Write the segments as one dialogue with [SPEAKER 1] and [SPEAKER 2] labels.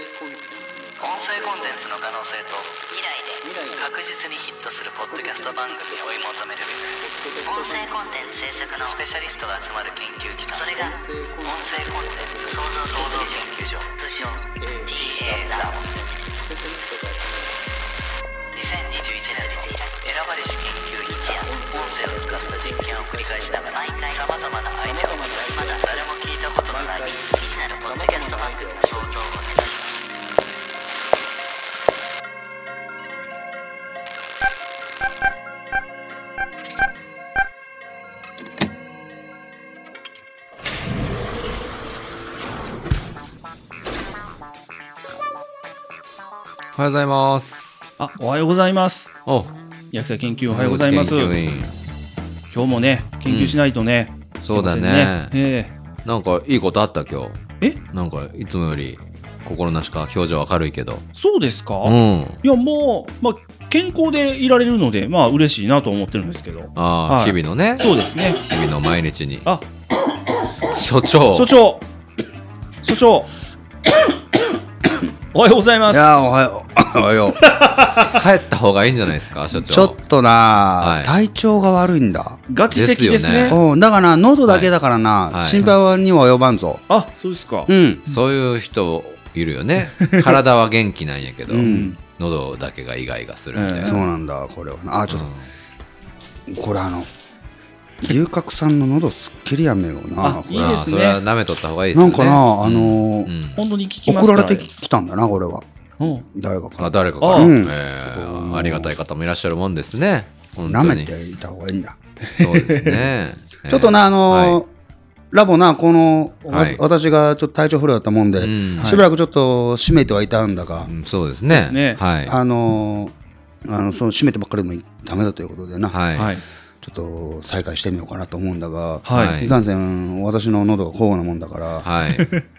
[SPEAKER 1] 音声コンテンツの可能性と未来で確実にヒットするポッドキャスト番組を追い求める音声コンテンツ制作のスペシャリストが集まる研究機関それが音声コンテンツ創造創造研究所通称 TA ラボ2021年の選ばれし研究一夜音声を使った実験を繰り返しながら毎回さまざまなアイデアを出しまだ誰も聞いたことのない未知なるポッドキャスト番組の創造を目指します
[SPEAKER 2] おはようございます。
[SPEAKER 3] あ、おはようございます。
[SPEAKER 2] お、
[SPEAKER 3] 薬剤研究おはようございます。
[SPEAKER 2] 研
[SPEAKER 3] 今
[SPEAKER 2] 究員
[SPEAKER 3] 日もね、研究しないとね。
[SPEAKER 2] そうだね
[SPEAKER 3] いけませんえ
[SPEAKER 2] なんかいいことあった今
[SPEAKER 3] ええ、
[SPEAKER 2] 日。なんかいつもより心なしか表情明るいけど。
[SPEAKER 3] そうですか、
[SPEAKER 2] う
[SPEAKER 3] い
[SPEAKER 2] ん。
[SPEAKER 3] や、もう、まあ、健康でいられるので、まあ、嬉しいなと思ってるんですけど。
[SPEAKER 2] ああ、
[SPEAKER 3] はい
[SPEAKER 2] 日々のね。
[SPEAKER 3] そうですね。
[SPEAKER 2] 日々の毎日に。
[SPEAKER 3] あ、
[SPEAKER 2] 所長。
[SPEAKER 3] 所長。所 長。おはようございま
[SPEAKER 4] い
[SPEAKER 3] す。
[SPEAKER 4] やーおはようおはよう
[SPEAKER 2] 帰った方がいいんじゃないですか、所長。
[SPEAKER 4] ちょっとな、
[SPEAKER 2] はい
[SPEAKER 4] 体調が悪いんだ、
[SPEAKER 3] ガチ席ですね。
[SPEAKER 2] ですよ
[SPEAKER 4] うん、だからな喉だけだからな、
[SPEAKER 2] いはい
[SPEAKER 4] 心配には及ばんぞ、
[SPEAKER 3] あ、そうですか。
[SPEAKER 4] うん
[SPEAKER 2] そういう人いるよ ね。体は元気なんやけど、
[SPEAKER 4] ん
[SPEAKER 2] 喉だけがイガイガするみたい
[SPEAKER 3] え
[SPEAKER 2] な。
[SPEAKER 3] え
[SPEAKER 4] そうなんだこれはなあちょっと、これあの龍角さんの喉すっきりやめよな
[SPEAKER 3] あ
[SPEAKER 4] こ
[SPEAKER 3] いいですね
[SPEAKER 2] ああそれは舐めとった方がいいです
[SPEAKER 4] な
[SPEAKER 2] よ
[SPEAKER 4] ん
[SPEAKER 2] ね。
[SPEAKER 4] かな、あのー
[SPEAKER 2] うん。
[SPEAKER 3] 本当に聞きます
[SPEAKER 4] 送
[SPEAKER 3] からら、
[SPEAKER 4] れてきたんだなこれは
[SPEAKER 3] うん
[SPEAKER 4] 誰かか
[SPEAKER 2] あ
[SPEAKER 4] ら
[SPEAKER 2] 誰かから、
[SPEAKER 3] ああ
[SPEAKER 2] え
[SPEAKER 4] うん
[SPEAKER 2] えありがたい方もいらっしゃるもんですね。本
[SPEAKER 4] な
[SPEAKER 2] 当
[SPEAKER 4] め
[SPEAKER 2] に。
[SPEAKER 4] ていた方がいいんだ、
[SPEAKER 2] そうですね。
[SPEAKER 4] ちょっとなあのー
[SPEAKER 2] はい
[SPEAKER 4] ラボなこの、わ
[SPEAKER 2] はい
[SPEAKER 4] 私がちょっと体調不良だったもんで、
[SPEAKER 2] ん
[SPEAKER 4] しばらくちょっと閉めてはいたんだが
[SPEAKER 2] えー、うんそうですね。
[SPEAKER 3] うですね
[SPEAKER 2] はい。
[SPEAKER 4] あのーあのその閉めてばっかりでもダメだということでな、
[SPEAKER 2] はい。
[SPEAKER 3] はい。
[SPEAKER 4] ちょっと再開してみようかなと思うんだが、
[SPEAKER 3] はい
[SPEAKER 4] かんせん私の喉が交互なもんだから、
[SPEAKER 2] はい。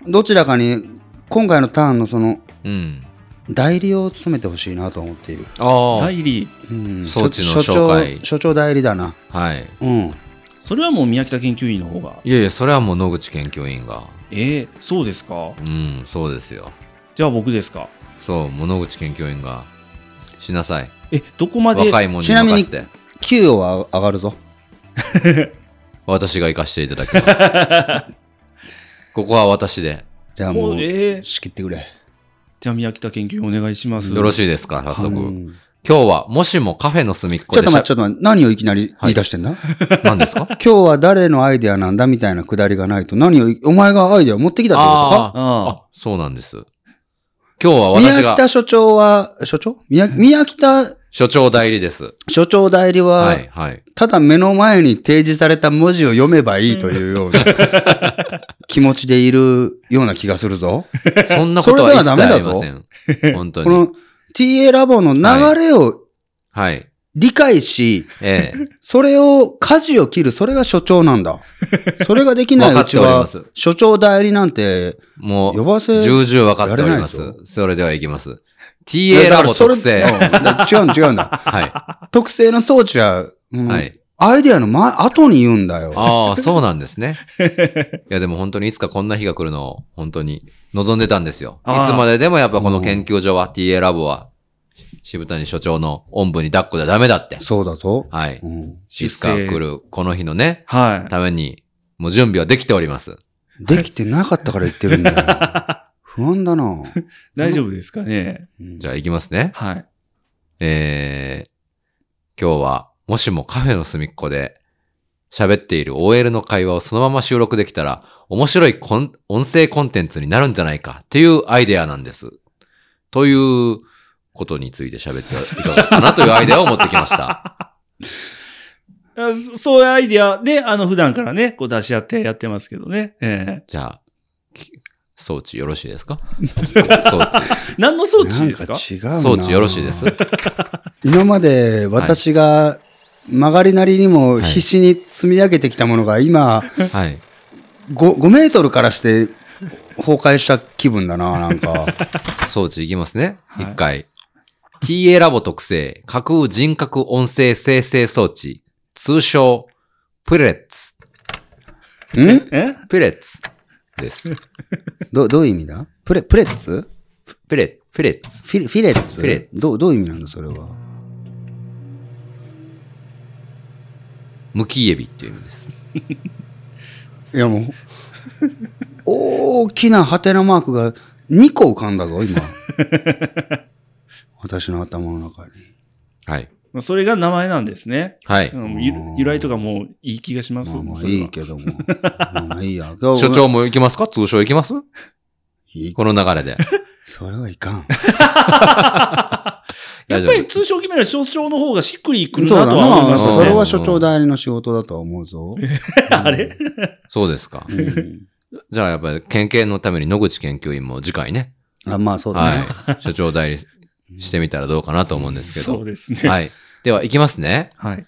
[SPEAKER 4] どちらかに今回のターンのその
[SPEAKER 2] うん。
[SPEAKER 4] 代理を務めてほしいなと思っている、
[SPEAKER 2] あ
[SPEAKER 3] 代理。
[SPEAKER 4] うん
[SPEAKER 2] 装置の
[SPEAKER 4] 所所
[SPEAKER 2] 紹介
[SPEAKER 4] 長所長代理だな
[SPEAKER 2] あ。はい。
[SPEAKER 4] うん
[SPEAKER 3] それはもう宮北研究員の方が。
[SPEAKER 2] いやいや、それはもう野口研究員が。
[SPEAKER 3] ええそうですか。
[SPEAKER 2] うん、そうですよ。
[SPEAKER 3] じゃあ僕ですか。
[SPEAKER 2] そう、もう野口研究員が。しなさい。
[SPEAKER 3] え、どこまで。
[SPEAKER 2] 若いもんに
[SPEAKER 4] ちなみ
[SPEAKER 2] 任
[SPEAKER 4] に
[SPEAKER 2] せて。
[SPEAKER 4] 給与は上がるぞ
[SPEAKER 2] 私が行かしていただきます。ここは私で。
[SPEAKER 4] じゃあも
[SPEAKER 3] お
[SPEAKER 4] う
[SPEAKER 3] ええ
[SPEAKER 4] 仕切ってくれ
[SPEAKER 3] じゃあ宮北研究員お願いします。
[SPEAKER 2] よろしいですか、早速。
[SPEAKER 4] うん
[SPEAKER 2] 今日は、もしもカフェの隅っこ
[SPEAKER 4] ちょ
[SPEAKER 2] で
[SPEAKER 4] っと待ってちょっと待って何をいきなり言い出してんだ、
[SPEAKER 2] って、何ですか
[SPEAKER 4] 今日は誰のアイデアなんだみたいなくだりがないと何をお前がアイデアを持ってきたってことか
[SPEAKER 2] あーあ、そうなんです。今日は私
[SPEAKER 4] 宮
[SPEAKER 2] が
[SPEAKER 4] 北所長は、所長宮宮北
[SPEAKER 2] 所長代理です。
[SPEAKER 4] 所長代理は、
[SPEAKER 2] はい、はい。
[SPEAKER 4] ただ目の前に提示された文字を読めばいいというような 気持ちでいるような気がするぞ。
[SPEAKER 2] そんなことは一切ありません。 本当
[SPEAKER 4] こ
[SPEAKER 2] に。
[SPEAKER 4] の TA ラボの流れを
[SPEAKER 2] はい。
[SPEAKER 4] 理解し、
[SPEAKER 2] ええ。
[SPEAKER 4] それを、舵を切る、それが所長なんだ。それができないう ち
[SPEAKER 2] わか
[SPEAKER 4] は
[SPEAKER 2] っております、
[SPEAKER 4] 所長代理なんて、
[SPEAKER 2] もう、
[SPEAKER 4] 呼ばせ
[SPEAKER 2] 重々分かっておりま
[SPEAKER 4] られな
[SPEAKER 2] す。それではいきます。TA ラボ特
[SPEAKER 4] い
[SPEAKER 2] 性。
[SPEAKER 4] やだからそれうん違うの違うんだ。
[SPEAKER 2] は
[SPEAKER 4] 特性の装置は、うん
[SPEAKER 2] い。はい。
[SPEAKER 4] アイデアの前、後に言うんだよ。
[SPEAKER 2] ああ、そうなんですね。いや、でも本当にいつかこんな日が来るのを本当に望んでたんですよ。い
[SPEAKER 3] あー
[SPEAKER 2] つまででもやっぱこの研究所は、TA ラボは、渋谷所長のおんぶに抱っこじゃダメだって。
[SPEAKER 4] そうだぞ。
[SPEAKER 2] はい。
[SPEAKER 4] うん
[SPEAKER 2] いつか来るこの日のね、
[SPEAKER 3] はい。
[SPEAKER 2] ために、もう準備はできております。
[SPEAKER 4] できてなかったから言ってるんだよ。 不安だな。
[SPEAKER 3] 大丈夫ですかね。
[SPEAKER 2] じゃあ行きますね。
[SPEAKER 3] はい。
[SPEAKER 2] えー、今日は、もしもカフェの隅っこで、喋っている OL の会話をそのまま収録できたら、面白いコン音声コンテンツになるんじゃないかっていうアイデアなんです。ということについて喋ってはいかがかなというアイデアを持ってきました。
[SPEAKER 3] あそそういうアイディアで、あの、普段からね、こう出し合ってやってますけどね。ええ
[SPEAKER 2] じゃあ、き装置よろしいですか装置。
[SPEAKER 3] 何の装
[SPEAKER 4] な
[SPEAKER 3] 置
[SPEAKER 4] ん
[SPEAKER 3] です
[SPEAKER 4] か
[SPEAKER 3] か
[SPEAKER 4] 違うな。
[SPEAKER 2] 装置よろしいです。
[SPEAKER 4] 今まで私が曲がりなりにも必死に積み上げてきたものが今
[SPEAKER 2] はい。
[SPEAKER 4] 5、5メートルからして崩壊した気分だな、な んか。
[SPEAKER 2] 装置いきますね。一、回。TA ラボ特製架空人格音声生成装置。通称、プレッツ。
[SPEAKER 4] ん
[SPEAKER 3] え
[SPEAKER 2] プレッツです。
[SPEAKER 4] ど、どういう意味だプレ、プレッツ
[SPEAKER 2] フェレ、フェレッツ。
[SPEAKER 4] フィレフィレッツ
[SPEAKER 2] フィレッツ
[SPEAKER 4] どうどういう意味なんだ、それは。
[SPEAKER 2] ムキエビっていう意味です。
[SPEAKER 4] いやもう、大きなハテナマークが2個浮かんだぞ、今。私の頭の中に。
[SPEAKER 2] はい。
[SPEAKER 3] まあそれが名前なんですね。
[SPEAKER 2] はい。
[SPEAKER 3] うんゆ由来とかもういい気がします。
[SPEAKER 4] まあま
[SPEAKER 3] そ
[SPEAKER 4] あ
[SPEAKER 3] れはい
[SPEAKER 4] いけども。まあまあいいや。今日
[SPEAKER 2] 所長も行きますか通称行きます
[SPEAKER 4] いい
[SPEAKER 2] この流れで。
[SPEAKER 4] それはいかん。
[SPEAKER 3] やっぱり通称決める所長の方がしっくりくる
[SPEAKER 4] そう
[SPEAKER 3] な
[SPEAKER 4] だ
[SPEAKER 3] とは思い
[SPEAKER 4] な。
[SPEAKER 3] ました
[SPEAKER 4] それ
[SPEAKER 3] ね。
[SPEAKER 4] は所長代理の仕事だとは思うぞ。
[SPEAKER 3] あれ
[SPEAKER 2] そうですか。
[SPEAKER 4] うん
[SPEAKER 2] じゃあやっぱり県警のために野口研究員も次回ね、
[SPEAKER 4] あまあそうだね。
[SPEAKER 2] はい。所長代理してみたらどうかなと思うんですけ
[SPEAKER 3] そう
[SPEAKER 2] ど。
[SPEAKER 3] ですね。
[SPEAKER 2] はい。では行きますね。
[SPEAKER 3] はい。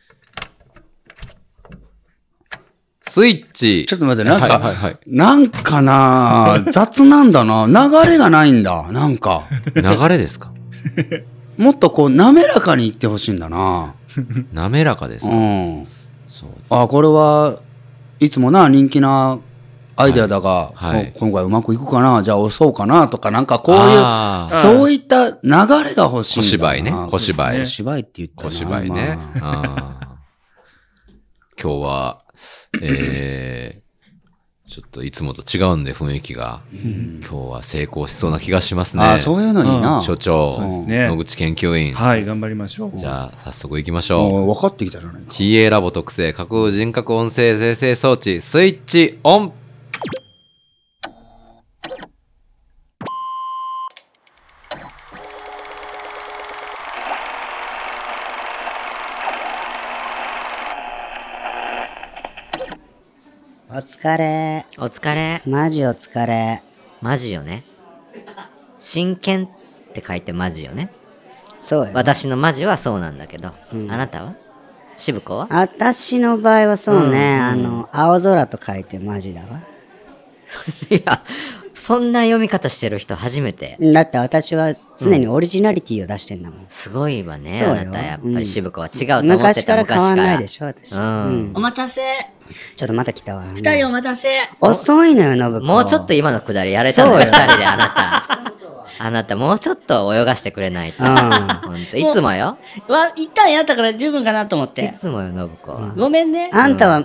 [SPEAKER 2] スイッチ。
[SPEAKER 4] ちょっと待って、なん
[SPEAKER 2] はいはい
[SPEAKER 4] か、
[SPEAKER 2] はい。
[SPEAKER 4] なんかな雑なんだな。流れがないんだ。なんか。
[SPEAKER 2] 流れですか
[SPEAKER 4] もっとこう、滑らかにいってほしいんだな。
[SPEAKER 2] 滑らかです
[SPEAKER 4] う
[SPEAKER 2] か
[SPEAKER 4] ん。
[SPEAKER 2] そう。
[SPEAKER 4] あ、これはいつもな、人気なアイデアだが、
[SPEAKER 2] はいはい
[SPEAKER 4] こ今回うまくいくかな、じゃあ押そうかな、とか、なんかこういう、
[SPEAKER 2] あー
[SPEAKER 4] そういった流れが欲しい
[SPEAKER 2] 小
[SPEAKER 4] んだ
[SPEAKER 2] 芝
[SPEAKER 4] な。
[SPEAKER 2] 居ね。小芝
[SPEAKER 4] 小
[SPEAKER 2] 居。
[SPEAKER 4] 芝居って言ったな
[SPEAKER 2] 小芝居ね
[SPEAKER 4] まあ。
[SPEAKER 2] あー今日は、えー、ちょっといつもと違うんで雰囲気が、今日は成功しそうな気がしますね。
[SPEAKER 4] あそういうのいいな。
[SPEAKER 2] 所長、
[SPEAKER 4] そうです
[SPEAKER 3] ね
[SPEAKER 2] 野口研究員。
[SPEAKER 3] はい、頑張りましょう。
[SPEAKER 2] じゃあ、早速行きましょう。
[SPEAKER 4] もう分かってきたじゃないか。
[SPEAKER 2] TA ラボ特製架空人格音声生成装置スイッチオン
[SPEAKER 5] お疲れ。
[SPEAKER 6] お疲れ。
[SPEAKER 5] マジお疲れ。
[SPEAKER 6] マジよね。真剣って書いてマジよね。
[SPEAKER 5] そうよ。
[SPEAKER 6] 私のマジはそうなんだけど、あなたは渋子は
[SPEAKER 5] 私の場合はそうね、あの、青空と書いてマジだわ。
[SPEAKER 6] いや、そんな読み方してる人初めて。
[SPEAKER 5] だって私は常にオリジナリティを出してんだもん。
[SPEAKER 6] すごいわね、
[SPEAKER 5] そう
[SPEAKER 6] あ
[SPEAKER 5] よ
[SPEAKER 6] なた。やっぱ
[SPEAKER 5] う
[SPEAKER 6] り
[SPEAKER 5] ん
[SPEAKER 6] 渋子は違うと思って
[SPEAKER 5] 昔か
[SPEAKER 6] た、
[SPEAKER 5] ら
[SPEAKER 6] 昔か
[SPEAKER 5] 変
[SPEAKER 6] ら。
[SPEAKER 5] わんないでしょ、私。
[SPEAKER 6] うん
[SPEAKER 7] お待たせ。
[SPEAKER 5] ちょっとまた来たわ。
[SPEAKER 7] 二人お待たせ。
[SPEAKER 5] 遅いのよ、信子。
[SPEAKER 6] もうちょっと今のくだりやれたの
[SPEAKER 5] そう
[SPEAKER 6] よ、
[SPEAKER 5] よ
[SPEAKER 6] 二人で あなた。あなた、もうちょっと泳がしてくれないと。
[SPEAKER 5] うん
[SPEAKER 6] ほんといつもよ。
[SPEAKER 7] わ、一旦やったから十分かなと思っ
[SPEAKER 6] い
[SPEAKER 7] て。
[SPEAKER 6] つもよ、信子は。
[SPEAKER 7] ごめんね。
[SPEAKER 5] あんたは、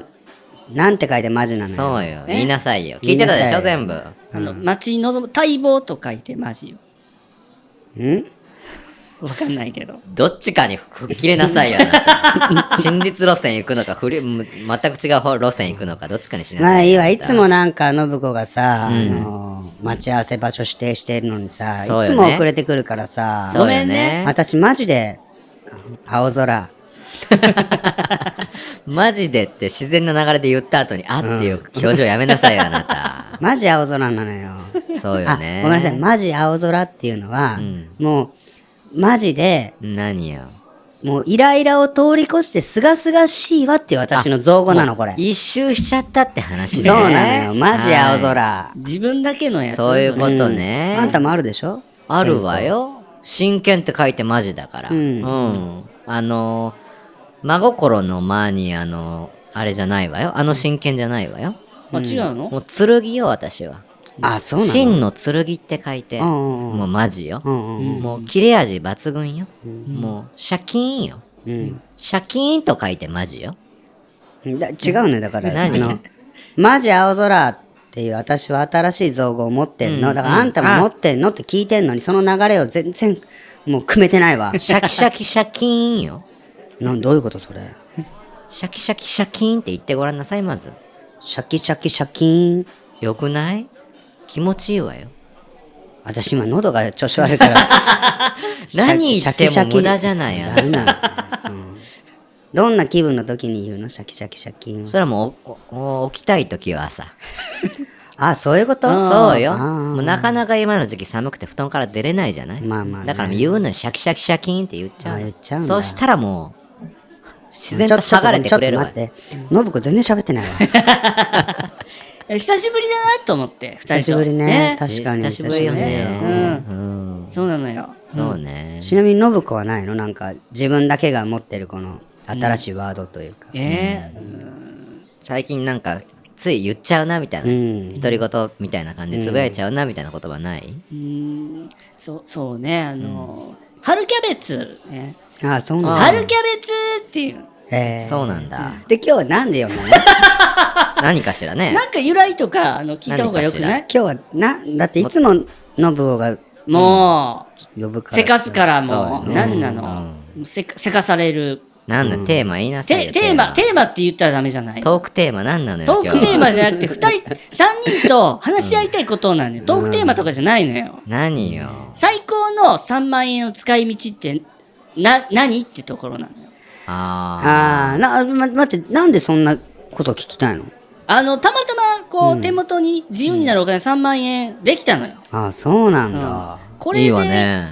[SPEAKER 5] なんて書いてマジなのよ。
[SPEAKER 6] そうよ。
[SPEAKER 7] え
[SPEAKER 6] 言いなさいよ。聞いてたでし
[SPEAKER 5] 言
[SPEAKER 6] ょ、全部。
[SPEAKER 7] あの、待ち望む、待望と書いてマジよ。
[SPEAKER 5] ん
[SPEAKER 7] わかんないけど。
[SPEAKER 6] どっちかに吹っ切れなさいよ。 あなた真実路線行くのか、ふり、む全く違う方路線行くのか、どっちかにしなさい。
[SPEAKER 5] まあいいわ、いつもなんか、信子がさ、あの、待ち合わせ場所指定してるのにさ、
[SPEAKER 6] そう
[SPEAKER 5] い
[SPEAKER 6] よ
[SPEAKER 5] つ
[SPEAKER 6] ね
[SPEAKER 5] も遅れてくるからさ、
[SPEAKER 6] そうよ
[SPEAKER 7] ごめんね
[SPEAKER 6] ね。
[SPEAKER 5] 私マジで、青空。
[SPEAKER 6] マジでって自然な流れで言った後に、あっていう表情やめなさいよ、あなた。
[SPEAKER 5] マジ青空なのよ。
[SPEAKER 6] そうよ
[SPEAKER 5] あ、
[SPEAKER 6] ね。
[SPEAKER 5] ごめんなさい。マジ青空っていうのは、
[SPEAKER 6] ん
[SPEAKER 5] もう、マジで、
[SPEAKER 6] 何よ。
[SPEAKER 5] もうイライラを通り越して、すがすがしいわっていう私の造語なの、これ。
[SPEAKER 6] 一周しちゃったって話ね。
[SPEAKER 5] そうなのよ。マジ青
[SPEAKER 6] は
[SPEAKER 5] 空。
[SPEAKER 7] 自分だけのや
[SPEAKER 6] い。
[SPEAKER 7] つ。
[SPEAKER 6] そういうことね。
[SPEAKER 5] あんたもあるでしょ
[SPEAKER 6] あるわよ。真剣って書いてマジだから。うんあのー、真心の間に、あのー、あれじゃないわよ。あの真剣じゃないわよ。
[SPEAKER 7] あ、違うの
[SPEAKER 6] もう剣よ、私は。
[SPEAKER 5] あ、そうなの
[SPEAKER 6] 真の剣って書いて、
[SPEAKER 5] ん
[SPEAKER 6] もうマジよ。
[SPEAKER 5] うんうん
[SPEAKER 6] もう切れ味抜群よ。もうシャキーンよ。
[SPEAKER 5] うん
[SPEAKER 6] シャキーンと書いてマジよ。
[SPEAKER 5] うん。だ違うね、だから。
[SPEAKER 6] 何
[SPEAKER 5] あのマジ青空っていう私は新しい造語を持ってんの。だからあんたも持ってんのって聞いてんのに、その流れを全然、もう組めてないわ。
[SPEAKER 6] シャキシャキシャキーンよ。
[SPEAKER 5] なんどういうことそれ
[SPEAKER 6] シャキシャキシャキーンって言ってごらんなさい、まず。
[SPEAKER 5] シャキシャキシャキーン。
[SPEAKER 6] よくない気持ちいいわよ。
[SPEAKER 5] 私今喉が調子悪いから。シャキ
[SPEAKER 6] 何言って
[SPEAKER 5] シャキシ
[SPEAKER 6] も
[SPEAKER 5] ャキ
[SPEAKER 6] 無駄じゃないあな
[SPEAKER 5] ダ
[SPEAKER 6] た
[SPEAKER 5] メなのうんどんな気分の時に言うのシャキシャキシャキーン
[SPEAKER 6] それはもうおおお起きたい時は朝。
[SPEAKER 5] あ、そういうこと
[SPEAKER 6] そうよ。
[SPEAKER 5] あー
[SPEAKER 6] もうなかなか今の時期寒くて布団から出れないじゃない
[SPEAKER 5] まあまあね
[SPEAKER 6] だから言うのよ、シャキシャキシャキーンって言っちゃう
[SPEAKER 5] あ
[SPEAKER 6] の。
[SPEAKER 5] 言っちゃうんだ
[SPEAKER 6] そうしたらもう、自然
[SPEAKER 5] ち
[SPEAKER 6] と
[SPEAKER 5] ょっと
[SPEAKER 6] 剥がれてくれるわ。
[SPEAKER 5] ちょっと待って。信子全然喋って ないわ。
[SPEAKER 7] え久しぶりだなと思って、二人と。
[SPEAKER 5] 久しぶりね。確かに。
[SPEAKER 6] 久しぶりよ
[SPEAKER 7] う
[SPEAKER 6] ね。
[SPEAKER 7] ん。
[SPEAKER 6] うん。
[SPEAKER 7] そうなのよ。
[SPEAKER 6] そうね。
[SPEAKER 5] ちなみに信子はないのなんか自分だけが持ってるこの新しいワードというか。
[SPEAKER 7] え
[SPEAKER 6] 最近なんか、つい言っちゃうなみたいな、
[SPEAKER 5] うん
[SPEAKER 6] 独り言みたいな感じでつぶやいちゃうなみたいな言葉ない、
[SPEAKER 7] うーんそうそうねあの、春キャベツ、ね、
[SPEAKER 5] ああ、そうなんだ。
[SPEAKER 7] 春キャベツっていう
[SPEAKER 5] えー
[SPEAKER 6] そうなんだ。
[SPEAKER 5] で、今日はなんで読むの
[SPEAKER 6] 何かしらね。
[SPEAKER 7] なんか由来とかあの聞いた方がよくない
[SPEAKER 5] 今日は、な、だっていつも信夫が
[SPEAKER 7] も
[SPEAKER 5] 呼ぶ
[SPEAKER 7] う
[SPEAKER 5] から。
[SPEAKER 7] せかすから
[SPEAKER 6] そう
[SPEAKER 7] も
[SPEAKER 6] よ
[SPEAKER 7] う
[SPEAKER 6] ね
[SPEAKER 7] 何な
[SPEAKER 6] うん
[SPEAKER 7] のもうせかせかされる
[SPEAKER 6] なんだ、テーマ言いなさい
[SPEAKER 7] テ
[SPEAKER 6] よ。
[SPEAKER 7] テーマテーマって言ったらダメじゃないト
[SPEAKER 6] トークテーマ何なのよ。
[SPEAKER 7] ークテー
[SPEAKER 6] 今日
[SPEAKER 7] マじゃなくて2人3人と話し合いたいことなんでトークテーマとかじゃないのよ
[SPEAKER 6] 何よ。
[SPEAKER 7] 最高の3万円の使い道ってな何ってところなのよ
[SPEAKER 6] あ
[SPEAKER 5] ああ、な、ま、待って、なんでそんなこと聞きたいの
[SPEAKER 7] あのたまたまこう、手元に自由になるお金3万円できたのよ、
[SPEAKER 5] ああ、そうなんだ。
[SPEAKER 7] こ
[SPEAKER 6] あ。
[SPEAKER 7] れ
[SPEAKER 6] い
[SPEAKER 7] で
[SPEAKER 6] いわね。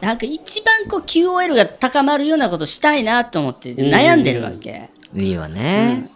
[SPEAKER 7] なんか一番こう QOL が高まるようなことしたいなと思って悩んでるわけ。
[SPEAKER 6] いいわね。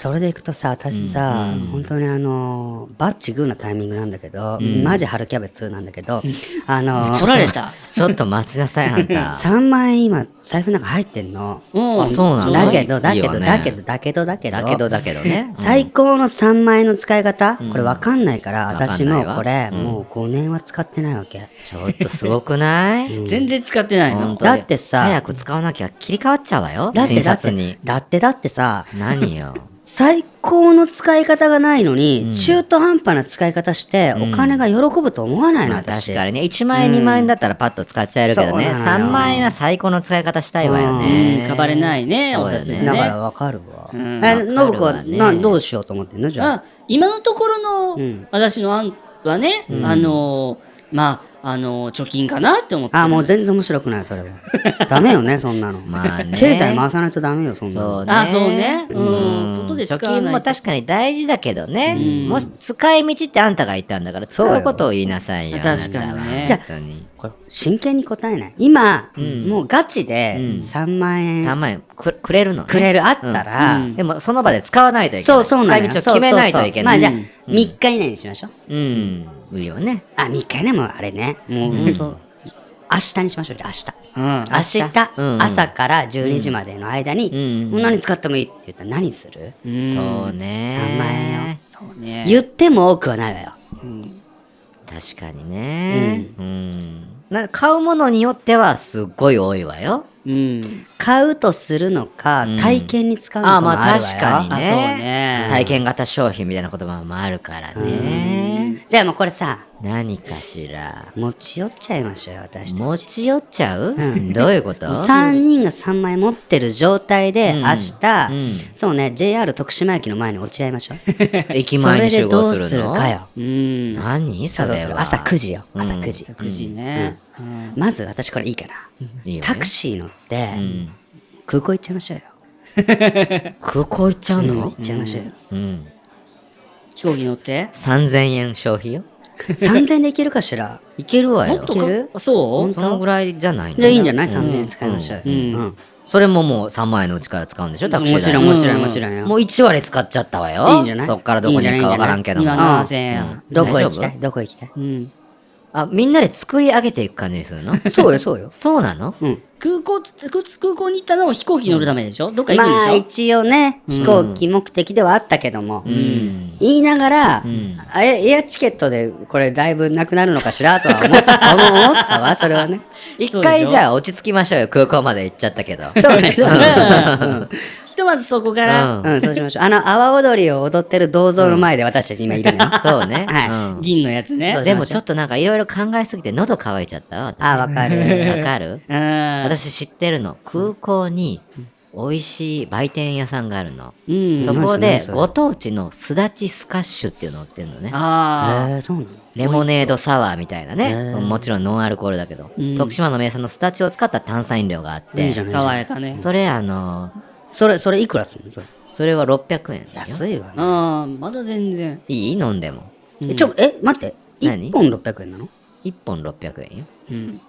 [SPEAKER 5] それでいくとさ、私さ、本当にあのー、バッチグーなタイミングなんだけど、マジ春キャベツなんだけど、あのー、
[SPEAKER 7] 取られ た。
[SPEAKER 6] ちょっと待ちなさい、あん た。
[SPEAKER 5] 3万円今、財布の中入ってんの。
[SPEAKER 7] うん
[SPEAKER 6] あ、そうなんだ。
[SPEAKER 5] だけど、だけ
[SPEAKER 6] いいわ
[SPEAKER 5] ど、
[SPEAKER 6] ね
[SPEAKER 5] だけど、だけど、だけど。
[SPEAKER 6] だけど、だけどね。
[SPEAKER 5] 最高の3万円の使い方、これわかんないから、
[SPEAKER 6] わかんない
[SPEAKER 5] 私も
[SPEAKER 6] わ
[SPEAKER 5] これ、もう5年は使ってないわけ。
[SPEAKER 6] ちょっとすごくない
[SPEAKER 7] 全然使ってない
[SPEAKER 6] 本
[SPEAKER 7] の。
[SPEAKER 6] 当に
[SPEAKER 5] だってさ
[SPEAKER 6] 早く使わなきゃ切り替わっちゃうわよ。
[SPEAKER 5] だって
[SPEAKER 6] 診
[SPEAKER 5] だって
[SPEAKER 6] 察に。、
[SPEAKER 5] だってだってさ、
[SPEAKER 6] 何よ。
[SPEAKER 5] 最高の使い方がないのに、中途半端な使い方して、お金が喜ぶと思わないの、
[SPEAKER 6] まあ
[SPEAKER 5] 私。
[SPEAKER 6] 確かにね、1万円、2万円だったらパッと使っちゃえるけどね、
[SPEAKER 5] そうなのよ
[SPEAKER 6] 3万円は最高の使い方したいわよね。
[SPEAKER 7] うん、かばれないね、
[SPEAKER 6] そう
[SPEAKER 7] お
[SPEAKER 6] だよね
[SPEAKER 7] 札ね。
[SPEAKER 5] だからわかるわ。
[SPEAKER 7] ん
[SPEAKER 5] え、ノブ子
[SPEAKER 6] わ
[SPEAKER 5] は、
[SPEAKER 6] かるわ
[SPEAKER 5] な、
[SPEAKER 6] ね
[SPEAKER 5] どうしようと思ってんのじゃあ。
[SPEAKER 7] あ今のところ
[SPEAKER 5] ん
[SPEAKER 7] の私の案はね、あのー、まあ、あのー、貯金かなって思ってる。
[SPEAKER 5] あ、もう全然面白くない、そ れは。ダメよね、そんなの。
[SPEAKER 6] まあね
[SPEAKER 5] 経済回さないとダメよ、そんな
[SPEAKER 6] そ
[SPEAKER 5] の
[SPEAKER 6] う。ね。
[SPEAKER 7] あそうねうん外で使
[SPEAKER 6] 貯
[SPEAKER 7] わないと
[SPEAKER 6] 金も確かに大事だけどね。もし使い道ってあんたが言ったんだから、使うことを言いなさいよ。
[SPEAKER 7] 確かにね
[SPEAKER 6] じゃあ、
[SPEAKER 5] これ真剣に答えない。今、もうガチで3万
[SPEAKER 6] 3
[SPEAKER 5] 円
[SPEAKER 6] 万円くくれるのね
[SPEAKER 5] くれる、あったら、
[SPEAKER 6] うんでも、その場で使わないといけない。
[SPEAKER 5] そうそうなのよ。
[SPEAKER 6] 使い道を決めないといけない。
[SPEAKER 5] そうそうそうまあじゃあ、3日以内にしましょう。
[SPEAKER 6] うん。いいよね。
[SPEAKER 5] あ、3日以内もあれね。もう本当、明日にしましょう。明日。
[SPEAKER 7] うん。
[SPEAKER 5] 明日、
[SPEAKER 6] うんうん
[SPEAKER 5] 朝から12時までの間に、
[SPEAKER 6] うん
[SPEAKER 5] もう何使ってもいいって言ったら何する、
[SPEAKER 6] そうね。
[SPEAKER 5] 3万円を
[SPEAKER 7] そうね。
[SPEAKER 5] 言っても多くはないわよ。
[SPEAKER 6] 確かにね。うん。なんか買うものによってはすっごい多いわよ。
[SPEAKER 7] うん。
[SPEAKER 5] 買うとするのか、体験に使うの
[SPEAKER 6] あ
[SPEAKER 5] か
[SPEAKER 6] あ、
[SPEAKER 5] もあるわ
[SPEAKER 6] ま
[SPEAKER 5] よ。
[SPEAKER 6] あ確かにね。
[SPEAKER 7] あそうね
[SPEAKER 6] 体験型商品みたいな言葉もあるからね。
[SPEAKER 5] じゃあもうこれさ、
[SPEAKER 6] 何かしら。
[SPEAKER 5] 持ち寄っちゃいましょうよ、私たち。
[SPEAKER 6] 持ち寄っちゃう、どういうこと
[SPEAKER 5] 3人が3枚持ってる状態で、明日、
[SPEAKER 6] うん
[SPEAKER 5] そうね、JR 徳島駅の前に落ち合いましょう。
[SPEAKER 6] 駅前に集
[SPEAKER 5] それで
[SPEAKER 6] 合す
[SPEAKER 5] どうす
[SPEAKER 6] る
[SPEAKER 5] る
[SPEAKER 6] の
[SPEAKER 5] かよ。
[SPEAKER 7] うん。
[SPEAKER 6] 何それ
[SPEAKER 5] そう
[SPEAKER 6] は。
[SPEAKER 5] 朝9時よ、
[SPEAKER 6] うん
[SPEAKER 5] 朝9時。
[SPEAKER 7] 9時ね。うん
[SPEAKER 5] まず私これいいかな。
[SPEAKER 6] いいよね
[SPEAKER 5] タクシー乗って、
[SPEAKER 6] うん
[SPEAKER 5] 空港行っちゃいましょうよ。
[SPEAKER 6] 空港行っちゃう
[SPEAKER 5] うん
[SPEAKER 6] の
[SPEAKER 5] 行っちゃいましょうよ。
[SPEAKER 6] うん。
[SPEAKER 7] 飛行機乗って。
[SPEAKER 6] 3000円消費よ。
[SPEAKER 5] 3000円で行けるかしら。
[SPEAKER 6] いけるわよ。
[SPEAKER 5] いける
[SPEAKER 7] あそう
[SPEAKER 6] そのぐらいじゃないの
[SPEAKER 5] じゃあいいんじゃない ?3000 円使いましょうよ。
[SPEAKER 7] ん
[SPEAKER 5] うん
[SPEAKER 6] それももう3万円のうちから使うんでしょタクシー
[SPEAKER 5] もち
[SPEAKER 6] 代
[SPEAKER 5] ろん
[SPEAKER 6] も。
[SPEAKER 5] もちろんもちろんよ。
[SPEAKER 6] もう1割使っちゃったわよ。
[SPEAKER 5] いいんじゃない
[SPEAKER 6] そっからどこに行くかわからんけども
[SPEAKER 7] 今。7000円。
[SPEAKER 5] どこ行きた
[SPEAKER 6] 大丈
[SPEAKER 5] いどこ行きたい
[SPEAKER 7] うん。
[SPEAKER 6] あ、みんなで作り上げていく感じにするの
[SPEAKER 5] そうよ、そうよ。
[SPEAKER 6] そうなの
[SPEAKER 7] 空港つ、空空港に行ったのは飛行機乗るためでしょどっか行
[SPEAKER 5] ま
[SPEAKER 7] くんでしょ
[SPEAKER 5] あ一応ね、飛行機目的ではあったけども、言いながら、あエアチケットでこれだいぶなくなるのかしら とは思っ思ったわ、それはね。
[SPEAKER 6] 一回じゃあ落ち着きましょうよ。空港まで行っちゃった けど。
[SPEAKER 5] そうね、そうね。
[SPEAKER 7] ひとまずそこから、
[SPEAKER 5] うん、そうしましょう。あの、阿波踊りを踊ってる銅像の前で私たち今いるのよ。
[SPEAKER 6] そうね。
[SPEAKER 5] はい
[SPEAKER 6] うん
[SPEAKER 7] 銀のやつね。
[SPEAKER 5] そう
[SPEAKER 6] でもちょっとなんかいろいろ考えすぎて喉乾いちゃったわ私
[SPEAKER 5] あわかる
[SPEAKER 6] わかる
[SPEAKER 7] うん。
[SPEAKER 6] 私知ってるの。空港に美味しい売店屋さんがあるの。
[SPEAKER 7] うん。
[SPEAKER 6] そこ
[SPEAKER 5] 何
[SPEAKER 6] で
[SPEAKER 5] それ
[SPEAKER 6] ご当地のすだちスカッシュっていうのを売ってるのね。
[SPEAKER 7] ああ。
[SPEAKER 5] えー、そうなの
[SPEAKER 6] レモネードサワーみたいなね。もちろんノンアルコールだけど。徳島の名産のスダチを使った炭酸飲料があって。
[SPEAKER 5] いいじゃない
[SPEAKER 7] 爽やかね。
[SPEAKER 6] それあの、
[SPEAKER 5] それ、それいくらするのそれ
[SPEAKER 6] それは600円よ。
[SPEAKER 5] 安いわね。
[SPEAKER 7] ああ、まだ全然。
[SPEAKER 6] いい飲んでも。
[SPEAKER 5] えちょ、え、待って。
[SPEAKER 6] 何
[SPEAKER 5] 1本600円なの
[SPEAKER 6] 1本600円よ。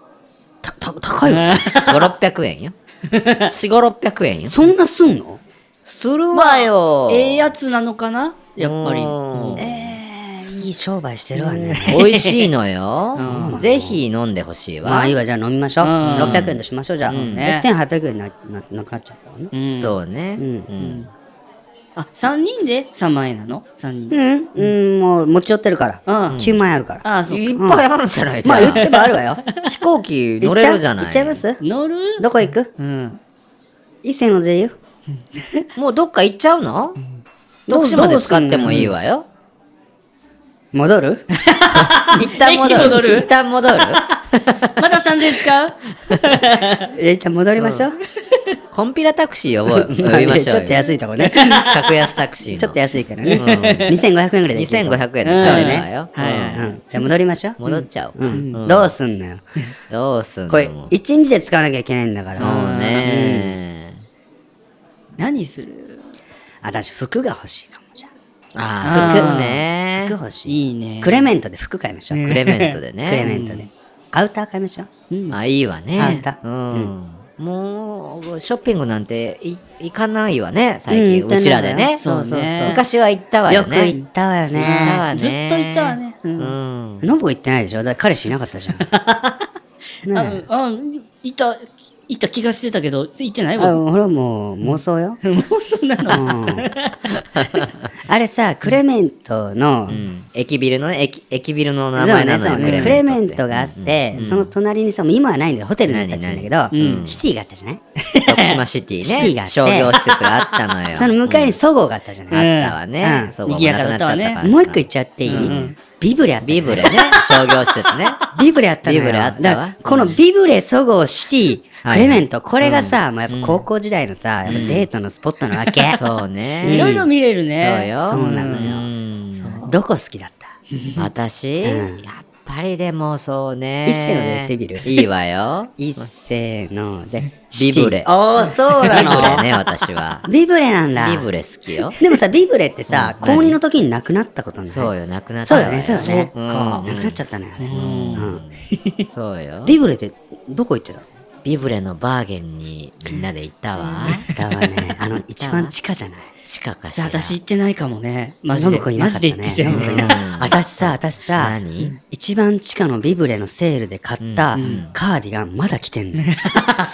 [SPEAKER 5] た、た、高いわ。
[SPEAKER 6] 5、600円 よ。4、5、600円よ。
[SPEAKER 5] そんなすんの
[SPEAKER 6] するわよ。
[SPEAKER 7] ええやつなのかなやっぱり。
[SPEAKER 6] うん
[SPEAKER 5] えー、いい商売してるわね。
[SPEAKER 6] 美味しいのよ。ぜひ飲んでほしい
[SPEAKER 5] ま
[SPEAKER 6] わ
[SPEAKER 5] あ。いいわ、じゃあ飲みましょう。
[SPEAKER 7] うん
[SPEAKER 5] 600円としましょう、じゃあ。
[SPEAKER 7] ね
[SPEAKER 5] 1800円なななくなっちゃったわね。
[SPEAKER 7] うん
[SPEAKER 6] そうね。うん
[SPEAKER 7] あ、3人で3万円なの ?3 人で。
[SPEAKER 5] うん、うん、もう持ち寄ってるから。
[SPEAKER 7] うん
[SPEAKER 5] 9万円あるから。
[SPEAKER 7] あ、そう
[SPEAKER 6] いっ
[SPEAKER 7] か。
[SPEAKER 6] ぱいあるんじゃないじゃ
[SPEAKER 5] まあ
[SPEAKER 6] あ
[SPEAKER 5] 言ってもあるわよ。
[SPEAKER 6] 飛行機 乗れるじゃない。
[SPEAKER 5] 行っちゃう行っちゃいます
[SPEAKER 7] 乗る
[SPEAKER 5] どこ行く
[SPEAKER 7] うん。
[SPEAKER 5] 伊勢ので言う
[SPEAKER 6] もうどっか行っちゃうの徳島で使ってもいいわよ。
[SPEAKER 5] 戻 る
[SPEAKER 6] 一旦戻る。
[SPEAKER 7] 駅戻る
[SPEAKER 6] 一 旦戻る。
[SPEAKER 7] まだ3000円使う
[SPEAKER 5] え一旦戻りましょう。
[SPEAKER 6] コンピラタクシー 呼ぼう。呼
[SPEAKER 5] まあ
[SPEAKER 6] びま
[SPEAKER 5] ね
[SPEAKER 6] し
[SPEAKER 5] ち
[SPEAKER 6] ょう
[SPEAKER 5] ょ
[SPEAKER 6] よ
[SPEAKER 5] っと。安いとこね。
[SPEAKER 6] 格安タクシーの。
[SPEAKER 5] ちょっと安いからね。2500円ぐらいで行ける
[SPEAKER 6] 2500円で
[SPEAKER 7] う
[SPEAKER 6] 帰れ
[SPEAKER 7] ん
[SPEAKER 6] るわよ。
[SPEAKER 5] はいはいはい。じゃあ戻りましょう。
[SPEAKER 6] 戻っちゃおうか。
[SPEAKER 5] うんどうすんのよ。
[SPEAKER 6] どうすんの
[SPEAKER 5] これ
[SPEAKER 6] もう、
[SPEAKER 5] 一日で使わなきゃいけないんだから。
[SPEAKER 6] そうね。
[SPEAKER 7] 何する
[SPEAKER 5] あ、私服が欲しいかも、じゃう
[SPEAKER 6] あ
[SPEAKER 5] ん
[SPEAKER 6] あ、服ね
[SPEAKER 5] あ。。服欲しい。
[SPEAKER 7] いいね。
[SPEAKER 5] クレメントで服買いましょう。
[SPEAKER 6] クレメントで
[SPEAKER 5] クレメ
[SPEAKER 6] ね。
[SPEAKER 5] ントで。アウター買いましょう。
[SPEAKER 6] あ、いいわ
[SPEAKER 5] あ
[SPEAKER 6] ね
[SPEAKER 5] いた。
[SPEAKER 6] うん。もう、ショッピングなんてい行かないわね、最近。
[SPEAKER 5] うん行かないう
[SPEAKER 6] ちらでね。
[SPEAKER 7] そうそうそう
[SPEAKER 6] 昔は行ったわ
[SPEAKER 5] よ
[SPEAKER 6] よ
[SPEAKER 5] く
[SPEAKER 6] ね。
[SPEAKER 5] 行ったわよね。
[SPEAKER 6] 行ったわね。
[SPEAKER 7] ずっといたわ。ね。うん。
[SPEAKER 6] うん。
[SPEAKER 5] ノブ行ってないでしょだから彼氏いなかったじゃん。
[SPEAKER 7] あ
[SPEAKER 5] ねえ、
[SPEAKER 7] あ、いた、いた気がしてたけど、いてない
[SPEAKER 5] あ、
[SPEAKER 7] わ。
[SPEAKER 5] 俺はもう妄想よ。
[SPEAKER 7] もうそんなの。
[SPEAKER 5] あれさ、クレメントの、
[SPEAKER 6] うん駅ビルのね、駅、駅ビルの名
[SPEAKER 5] そう
[SPEAKER 6] 前
[SPEAKER 5] ね
[SPEAKER 6] なのよ、
[SPEAKER 5] そうねクレメント
[SPEAKER 6] って
[SPEAKER 5] があって、その隣にさ、もう今はないんだよ、ホテルになったっちゃうんだけど、シティがあったじゃない、
[SPEAKER 6] 徳島シティね。
[SPEAKER 5] シティがあって
[SPEAKER 6] 商業施設があったのよ。
[SPEAKER 5] その向かいにそごうがあったじゃない、
[SPEAKER 6] あったわね。
[SPEAKER 5] うん
[SPEAKER 6] そこもなくなっちゃったから。
[SPEAKER 5] もう一個言っちゃっていい、ビブレあった
[SPEAKER 6] ビ
[SPEAKER 5] じゃ
[SPEAKER 6] ブ
[SPEAKER 5] ない。
[SPEAKER 6] レね。商業施設ね。
[SPEAKER 5] ビブレあったのよ
[SPEAKER 6] ビブレあった
[SPEAKER 5] だ
[SPEAKER 6] わ
[SPEAKER 5] からこのビブレ、そごう、シティ、
[SPEAKER 6] は
[SPEAKER 5] クレ
[SPEAKER 6] い
[SPEAKER 5] メント、これがさ、もうやっぱ高校時代のさ、やっぱデートのスポットなわけ。
[SPEAKER 6] そう
[SPEAKER 7] いろ
[SPEAKER 6] ね。
[SPEAKER 7] いろ見れるね。
[SPEAKER 6] そうよ。
[SPEAKER 5] そうなのよ
[SPEAKER 6] うん
[SPEAKER 5] どこ好きだった
[SPEAKER 6] 私、やっぱりでもそうね。
[SPEAKER 5] 一世のでやってみる
[SPEAKER 6] いいわよ。
[SPEAKER 5] いっせーので。
[SPEAKER 6] ビブレ
[SPEAKER 5] シティおー、そう
[SPEAKER 6] ビブ
[SPEAKER 5] なの
[SPEAKER 6] レね、私は。
[SPEAKER 5] ビブレ なんだ。
[SPEAKER 6] ビブレ好きよ。
[SPEAKER 5] でもさ、ビブレってさ、高2の時になくなったことない
[SPEAKER 6] そうよ、なくなっ
[SPEAKER 5] そ
[SPEAKER 6] た
[SPEAKER 5] う
[SPEAKER 6] わ
[SPEAKER 5] だね、そうだね。
[SPEAKER 6] う
[SPEAKER 5] なんくなっちゃったのよね。うん
[SPEAKER 6] そうよ。
[SPEAKER 5] ビブレってどこ行ってたの
[SPEAKER 6] ビブレのバーゲンにみんなで行ったわ。
[SPEAKER 5] だわね、あの、一番地下じゃない。
[SPEAKER 6] 地下かし
[SPEAKER 7] じゃ
[SPEAKER 6] ら。
[SPEAKER 7] あ私行ってないかもね。マジ
[SPEAKER 5] 信
[SPEAKER 7] で。
[SPEAKER 5] 子いな
[SPEAKER 7] マ
[SPEAKER 5] か
[SPEAKER 7] ジ
[SPEAKER 5] った
[SPEAKER 7] で
[SPEAKER 5] ね。
[SPEAKER 7] 行ってたよ
[SPEAKER 5] 信子いなかった私さ、私さ、
[SPEAKER 6] 何
[SPEAKER 5] 一番地下のビブレのセールで買ったカーディガンまだ着てんのよ。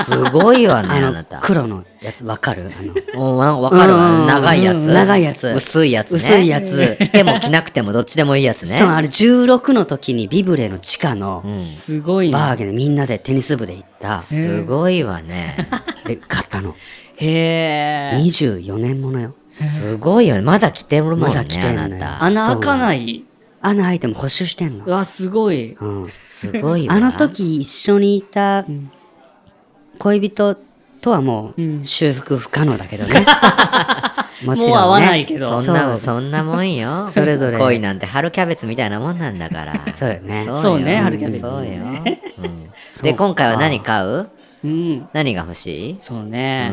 [SPEAKER 6] すごいわね、
[SPEAKER 5] あ
[SPEAKER 6] あ
[SPEAKER 5] の
[SPEAKER 6] なた。、
[SPEAKER 5] 黒のやつ、わかるあの、
[SPEAKER 6] おわわかる
[SPEAKER 5] う
[SPEAKER 6] わ。
[SPEAKER 5] ん
[SPEAKER 6] 長い
[SPEAKER 5] う
[SPEAKER 6] や
[SPEAKER 5] ん
[SPEAKER 6] つ。
[SPEAKER 5] 長いやつ
[SPEAKER 6] 薄いやつね。
[SPEAKER 5] 薄いやつ
[SPEAKER 6] 着ても着なくてもどっちでもいいやつね
[SPEAKER 5] そ。のあれ16の時にビブレの地下の
[SPEAKER 7] すごい
[SPEAKER 5] バー
[SPEAKER 7] ね。
[SPEAKER 5] ゲンでみんなでテニス部で行った。
[SPEAKER 6] すごいわね。
[SPEAKER 5] で、買ったの。
[SPEAKER 7] へえ。
[SPEAKER 5] 24年ものよ。
[SPEAKER 6] すごいよね。まだ着てるもんね、
[SPEAKER 5] まだ着てんのよ
[SPEAKER 6] あなた。
[SPEAKER 7] 穴開かない。
[SPEAKER 5] 穴開いても補修してん
[SPEAKER 7] う
[SPEAKER 5] の。
[SPEAKER 7] わ、すごい。
[SPEAKER 5] うん。
[SPEAKER 6] すごいわ。
[SPEAKER 5] あの。時一緒にいた恋人とはもう修復不可能だけどね。も
[SPEAKER 7] もう合わないけど
[SPEAKER 6] そんな、
[SPEAKER 5] そう
[SPEAKER 6] そんなもんよ。
[SPEAKER 5] それぞれ
[SPEAKER 6] 恋なんて春キャベツみたいなもんなんだから。
[SPEAKER 5] そうよね
[SPEAKER 6] よ
[SPEAKER 7] そうね春キャベツ
[SPEAKER 6] そうよ。うんで、今回は何買う
[SPEAKER 7] うん。
[SPEAKER 6] 何が欲しい
[SPEAKER 7] そうね。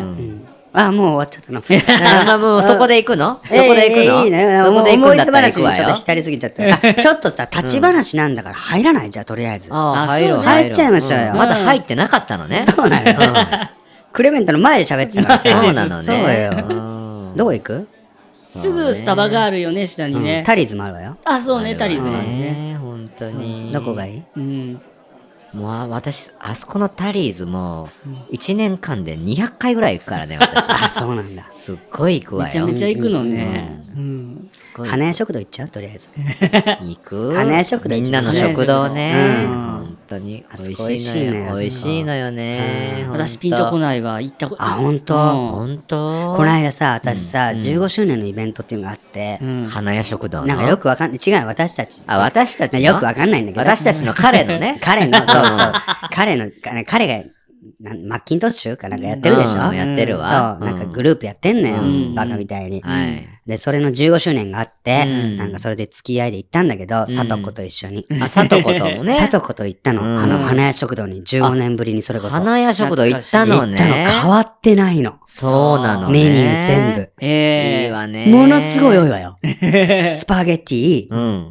[SPEAKER 5] あ、もう終わっちゃ ったの。そこ
[SPEAKER 6] あまあ、もうそこで 行くのそこで行くの
[SPEAKER 5] いいね。
[SPEAKER 6] そこで行くんだっ
[SPEAKER 5] も
[SPEAKER 6] た
[SPEAKER 5] う思
[SPEAKER 6] ら
[SPEAKER 5] い出話
[SPEAKER 6] 行くわ
[SPEAKER 5] にちょ
[SPEAKER 6] よ
[SPEAKER 5] っと。浸りすぎちゃった。あちょっとさ、立ち話なんだから入らないじゃあ、とりあえず。
[SPEAKER 6] あ
[SPEAKER 7] あ
[SPEAKER 6] あ、入ろう、
[SPEAKER 7] そう
[SPEAKER 5] ね
[SPEAKER 6] 入
[SPEAKER 5] 入
[SPEAKER 6] ろう
[SPEAKER 5] っちゃいましたよ
[SPEAKER 6] うんまだ入ってなかったのね。
[SPEAKER 5] そうなのよ。クレメントの前で喋ってたからさ
[SPEAKER 6] そうなのね。
[SPEAKER 5] そうよ。
[SPEAKER 6] うん
[SPEAKER 5] どこ行く
[SPEAKER 7] すぐスタバがあるよね、下にね。
[SPEAKER 5] タリーズもあるわよ。
[SPEAKER 7] あ、そうね、タリーズがあるね。
[SPEAKER 6] ね本当に。
[SPEAKER 5] どこがいい
[SPEAKER 7] うん。
[SPEAKER 6] もうあ私、あそこのタリーズも、1年間で200回ぐらい行くからね、 私。
[SPEAKER 5] あ、そうなんだ。
[SPEAKER 6] すっごい行くわよ。
[SPEAKER 7] めちゃめちゃ行くのね。うん。
[SPEAKER 5] 花屋食堂行っちゃうとりあえず。
[SPEAKER 6] 行く。
[SPEAKER 5] 花屋食堂行
[SPEAKER 6] み
[SPEAKER 5] き
[SPEAKER 6] ん
[SPEAKER 5] ま
[SPEAKER 6] な
[SPEAKER 5] し
[SPEAKER 6] の
[SPEAKER 5] ょう
[SPEAKER 6] 食堂ね。
[SPEAKER 5] うん
[SPEAKER 6] 本当に。
[SPEAKER 5] あそ
[SPEAKER 6] 美
[SPEAKER 5] こ
[SPEAKER 6] 味しいのよ。
[SPEAKER 5] 美
[SPEAKER 6] 美
[SPEAKER 5] 味
[SPEAKER 6] 味
[SPEAKER 5] し
[SPEAKER 6] し
[SPEAKER 5] い
[SPEAKER 6] いのよね。
[SPEAKER 7] 私ピンとこ
[SPEAKER 6] い。
[SPEAKER 7] ないわ。行ったこと。
[SPEAKER 5] あほんと
[SPEAKER 7] うん
[SPEAKER 6] 本当
[SPEAKER 5] この間さ、私さ、15周年のイベントっていうのがあって、
[SPEAKER 6] 花屋食堂の。
[SPEAKER 5] なんかよくわかんない。違う、私たち。
[SPEAKER 6] あ、私たちの。
[SPEAKER 5] よくわかんないんだけど。。
[SPEAKER 6] 私たちの彼のね
[SPEAKER 5] 彼の、そうそう。彼の、か彼が、なんマッキントッシュかなんかやってるでしょ、
[SPEAKER 6] うんやってるわ。
[SPEAKER 5] そう、なんか
[SPEAKER 6] う
[SPEAKER 5] グループやってんのよ。バカみたいに。
[SPEAKER 6] はい
[SPEAKER 5] で、それの15周年があって、なんかそれで付き合いで行ったんだけど、さとこと一緒に。
[SPEAKER 6] あ、さとこともね。
[SPEAKER 5] さとこと行ったの。あの、花屋食堂に15年ぶりにそれこそ。
[SPEAKER 6] 花屋食堂行ったのね。
[SPEAKER 5] 行ったの変わってないの。
[SPEAKER 6] そうなのね。
[SPEAKER 5] メニュー全部。
[SPEAKER 6] いい
[SPEAKER 7] ええ。
[SPEAKER 6] わね。
[SPEAKER 5] ものすごい多いわ よ。スパゲティ、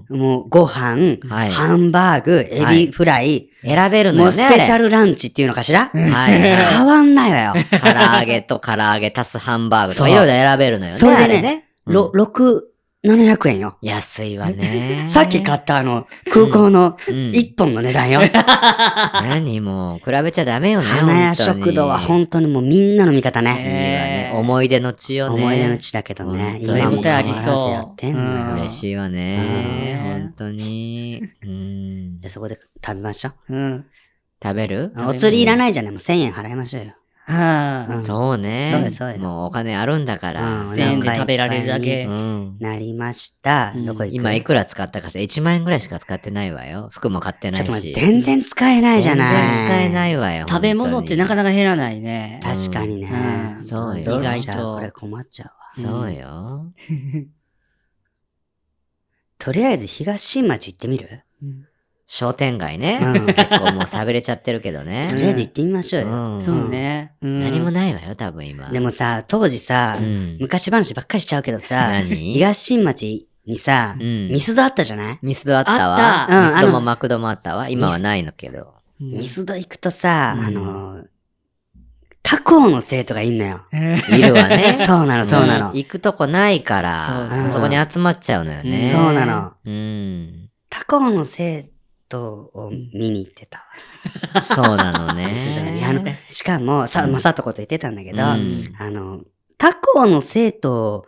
[SPEAKER 6] うん。
[SPEAKER 5] もうご飯、
[SPEAKER 6] はい
[SPEAKER 5] ハンバーグ、エビフライ、
[SPEAKER 6] 選べるの
[SPEAKER 5] も
[SPEAKER 6] よ
[SPEAKER 5] うス
[SPEAKER 6] ね。
[SPEAKER 5] ペシャ
[SPEAKER 6] ル。
[SPEAKER 5] ルランチっていうのかしら、
[SPEAKER 6] はいはい
[SPEAKER 5] 変わんないわよ。
[SPEAKER 6] 唐揚げと 唐揚げ足すハンバーグとか
[SPEAKER 5] そう
[SPEAKER 6] いろいろ選べるのよね。
[SPEAKER 5] それ
[SPEAKER 6] あ
[SPEAKER 5] でね、ろ六七700円よ。
[SPEAKER 6] 安いわね。
[SPEAKER 5] さっき買ったあの、空港の1本の値段よ。
[SPEAKER 6] 何もう、比べちゃダメよね。
[SPEAKER 5] 花屋
[SPEAKER 6] 本当に
[SPEAKER 5] 食堂は本当にもうみんなの味方
[SPEAKER 6] いいわ
[SPEAKER 5] ね。
[SPEAKER 6] ね。思い出の地よね。
[SPEAKER 5] 思い出の地だけどね。
[SPEAKER 6] 本当に
[SPEAKER 5] 今も変わらず
[SPEAKER 7] そう
[SPEAKER 5] やってんの
[SPEAKER 7] うん
[SPEAKER 5] よ。
[SPEAKER 6] 嬉しいわね。
[SPEAKER 5] うん
[SPEAKER 6] 本当に。うん。
[SPEAKER 5] で、そこで食べましょう。
[SPEAKER 7] うん。
[SPEAKER 6] 食べる
[SPEAKER 5] お釣りいらないじゃない。もう1000円払いましょうよ。
[SPEAKER 7] は
[SPEAKER 5] う
[SPEAKER 7] あ。
[SPEAKER 5] ん
[SPEAKER 6] そうね。
[SPEAKER 5] そうですそうです
[SPEAKER 6] もうお金あるんだから。
[SPEAKER 5] うん
[SPEAKER 7] 1000円で食べられるだけ。
[SPEAKER 6] うん。
[SPEAKER 5] なりました。
[SPEAKER 7] ん
[SPEAKER 5] どこ行く
[SPEAKER 6] 今いくら使ったかさ、1万円ぐらいしか使ってないわよ。服も買ってな
[SPEAKER 5] ちょっ
[SPEAKER 6] い
[SPEAKER 5] と待っ
[SPEAKER 6] し。
[SPEAKER 5] て、全然使えないじゃない。
[SPEAKER 6] 全然使えないわよ。
[SPEAKER 7] 食べ物ってなか
[SPEAKER 6] なか。
[SPEAKER 7] なか減らないね。
[SPEAKER 5] 確かにね
[SPEAKER 7] うん。
[SPEAKER 6] そうよ
[SPEAKER 5] どしちゃ
[SPEAKER 7] 意外と
[SPEAKER 5] これ困っちゃうわ。
[SPEAKER 6] そうよ。
[SPEAKER 5] とりあえず東新町行ってみる
[SPEAKER 6] 商店街ね。
[SPEAKER 5] うん
[SPEAKER 6] 結構もう寂れちゃってるけど
[SPEAKER 5] と
[SPEAKER 6] ね。
[SPEAKER 5] りあえず行ってみましょう
[SPEAKER 6] う
[SPEAKER 5] よ。
[SPEAKER 6] ん。
[SPEAKER 7] そうね。何
[SPEAKER 6] 何もないわよ、多分今。
[SPEAKER 5] でもさ、当時さ
[SPEAKER 6] う、ん、
[SPEAKER 5] 昔話ばっかりしちゃうけどさ、
[SPEAKER 6] 何
[SPEAKER 5] 東新町にさ、
[SPEAKER 6] うん
[SPEAKER 5] ミスドあったじゃない
[SPEAKER 6] ミスドあったわ。
[SPEAKER 7] あった
[SPEAKER 5] うん
[SPEAKER 6] ミスド
[SPEAKER 5] あの
[SPEAKER 6] もマクドもあったわ。今はないのけ ど。
[SPEAKER 5] ミスド行くとさ、
[SPEAKER 6] うん
[SPEAKER 5] あの、他校の生徒がいんのよ。
[SPEAKER 6] いるわね。
[SPEAKER 5] そうなの、そうなの。
[SPEAKER 6] 行くとこないから、
[SPEAKER 5] そうそう
[SPEAKER 6] そこに集まっちゃうのよね。
[SPEAKER 5] そうなの。
[SPEAKER 6] うん。
[SPEAKER 5] 他校の生徒を見に行ってたわ。
[SPEAKER 6] そうなの ね
[SPEAKER 5] ミ スドにあの。しかも、さ、まさとこと言ってたんだけど、
[SPEAKER 6] うん
[SPEAKER 5] あの、他校の生徒を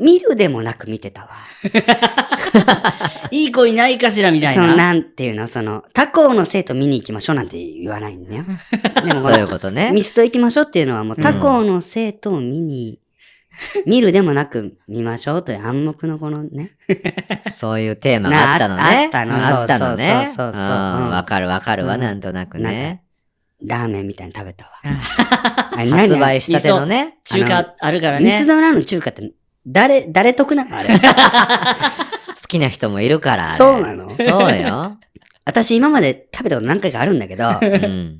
[SPEAKER 5] 見るでもなく見てたわ。
[SPEAKER 7] いい子いないかしらみたい
[SPEAKER 5] その、
[SPEAKER 7] な。
[SPEAKER 5] なんていうの、その、他校の生徒見に行きましょうなんて言わないんだよ。でもほ
[SPEAKER 6] そういう
[SPEAKER 5] ら、
[SPEAKER 6] ことね。
[SPEAKER 5] ミスト行きましょうっていうのはもう
[SPEAKER 6] うん
[SPEAKER 5] 他校の生徒を見に、見るでもなく見ましょうという暗黙のこのね。
[SPEAKER 6] そういうテーマがあったのね。
[SPEAKER 5] なああったのそう
[SPEAKER 6] あったの
[SPEAKER 5] そ
[SPEAKER 6] ね。
[SPEAKER 5] うそうそうそう
[SPEAKER 6] うん
[SPEAKER 5] うん
[SPEAKER 6] わかるわかるわ、
[SPEAKER 5] うん
[SPEAKER 6] なんとなくね。
[SPEAKER 5] ラーメンみたいに食べたわ。あれ何
[SPEAKER 6] 発売したてのね。
[SPEAKER 7] 中華あるから
[SPEAKER 5] ミス
[SPEAKER 7] ね。
[SPEAKER 5] ドラーメンの中華って誰、誰得なの あれ。
[SPEAKER 6] 好きな人もいるから。あれ
[SPEAKER 5] そうなの
[SPEAKER 6] そう よ。
[SPEAKER 5] 私今まで食べたこと何回かあるんだけど、
[SPEAKER 6] うん。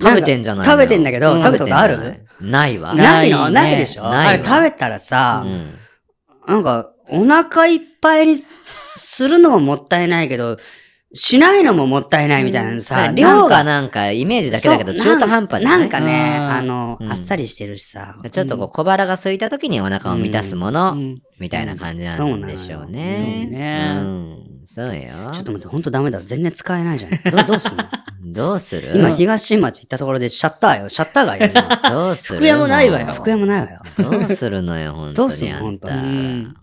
[SPEAKER 6] 食べてんじゃないの
[SPEAKER 5] 食べてんだけど
[SPEAKER 6] う
[SPEAKER 5] 食べたことある
[SPEAKER 6] 食べてんじゃないないわ。
[SPEAKER 5] ない
[SPEAKER 7] な
[SPEAKER 5] の
[SPEAKER 7] いね
[SPEAKER 5] ないでしょ
[SPEAKER 6] ないわ
[SPEAKER 5] あれ食べたらさ、
[SPEAKER 6] うん
[SPEAKER 5] なんか、お腹いっぱいにするのももったいないけど、しないのももったいないみたいなさ、
[SPEAKER 6] 量が
[SPEAKER 5] な
[SPEAKER 6] なんかイメージだけだけど、
[SPEAKER 5] そう
[SPEAKER 6] 中途半端じゃない
[SPEAKER 5] なんかね、
[SPEAKER 7] うん
[SPEAKER 5] あの、
[SPEAKER 6] うん
[SPEAKER 5] あっさりしてるしさ。
[SPEAKER 6] ちょっとこう小腹が空いた時にお腹を満たすもの、
[SPEAKER 7] うん
[SPEAKER 6] みたいな感じなんでしょう
[SPEAKER 7] そう
[SPEAKER 6] ね。
[SPEAKER 7] な
[SPEAKER 6] う
[SPEAKER 7] の
[SPEAKER 6] ん、そうよ。
[SPEAKER 5] ちょっと待って、ほんとダメだ。全然使えないじゃん。どどうすんの
[SPEAKER 6] ど うする
[SPEAKER 5] 今、東新町行ったところでシャッターよ。シャッターがいる の。
[SPEAKER 6] どうする
[SPEAKER 7] 福屋もないわよ
[SPEAKER 5] 机もないわよ。
[SPEAKER 6] どうするのよ、本
[SPEAKER 5] ど
[SPEAKER 6] 当
[SPEAKER 5] うすん
[SPEAKER 6] に
[SPEAKER 5] の
[SPEAKER 6] あんた。
[SPEAKER 5] 本当
[SPEAKER 7] うん